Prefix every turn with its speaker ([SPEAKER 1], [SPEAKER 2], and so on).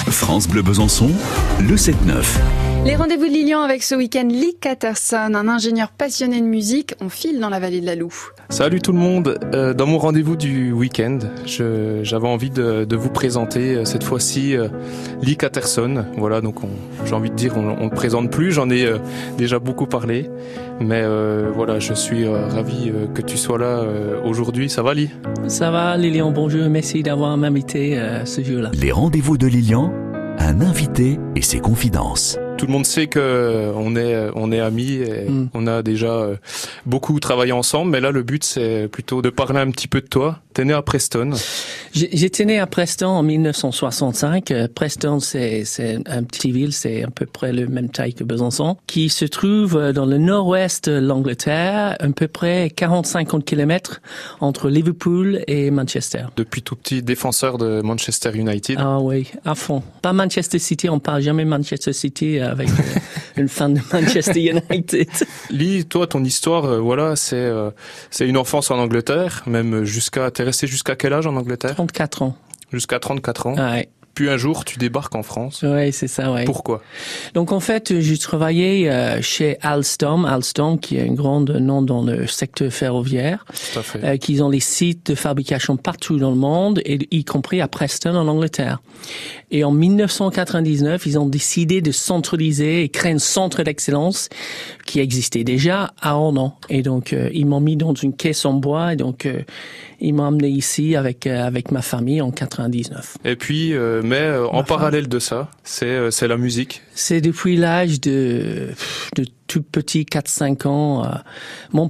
[SPEAKER 1] France Bleu Besançon, le 7-9.
[SPEAKER 2] Les rendez-vous de Lilian avec ce week-end Lee Catterson, un ingénieur passionné de musique. On file dans la vallée de la Loue.
[SPEAKER 3] Salut tout le monde. Euh, Dans mon rendez-vous du week-end, je- j'avais envie de, de vous présenter euh, cette fois-ci euh, Lee Catterson. Voilà, donc on- j'ai envie de dire, on, on le présente plus. J'en ai euh, déjà beaucoup parlé, mais euh, voilà, je suis euh, ravi euh, que tu sois là euh, aujourd'hui. Ça va, Lee
[SPEAKER 4] Ça va, Lilian, bonjour. Merci d'avoir m'invité euh, ce jour-là.
[SPEAKER 1] Les rendez-vous de Lilian, un invité et ses confidences.
[SPEAKER 3] Tout le monde sait que euh, on est euh, on est amis, et
[SPEAKER 4] Mm.
[SPEAKER 3] on a déjà euh, beaucoup travaillé ensemble, mais là le but c'est plutôt de parler un petit peu de toi. T'es né à Preston.
[SPEAKER 4] J'ai- J'étais né à Preston en 1965. Euh, Preston, c'est c'est un petit ville, c'est à peu près le même taille que Besançon, qui se trouve euh, dans le nord-ouest de l'Angleterre, à peu près 40-50 kilomètres entre Liverpool et Manchester.
[SPEAKER 3] Depuis tout petit défenseur de Manchester United.
[SPEAKER 4] Ah oui, à fond. Pas Manchester City, on parle jamais Manchester City avec euh, une fan de Manchester United.
[SPEAKER 3] Lee, toi, ton histoire, euh, voilà, c'est euh, c'est une enfance en Angleterre, même jusqu'à. T'es resté jusqu'à quel âge en Angleterre
[SPEAKER 4] 34 ans.
[SPEAKER 3] Jusqu'à 34 ans.
[SPEAKER 4] Ouais,
[SPEAKER 3] Puis un jour, tu débarques en France.
[SPEAKER 4] ouais c'est ça, ouais.
[SPEAKER 3] Pourquoi
[SPEAKER 4] Donc en fait, j'ai travaillé euh, chez Alstom, Alstom qui est un grand nom dans le secteur ferroviaire,
[SPEAKER 3] Tout à fait.
[SPEAKER 4] euh, qui ont les sites de fabrication partout dans le monde, et y compris à Preston en Angleterre. Et en 1999, ils ont décidé de centraliser et créer un centre d'excellence qui existait déjà à Ornon. Et donc euh, ils m'ont mis dans une caisse en bois, et donc euh, ils m'ont amené ici avec euh, avec ma famille en 99.
[SPEAKER 3] Et puis, euh, mais euh, en
[SPEAKER 4] Ma femme.
[SPEAKER 3] parallèle de ça, c'est euh, c'est la musique.
[SPEAKER 4] C'est depuis l'âge de, de tout petit, 4-5 ans. euh, mon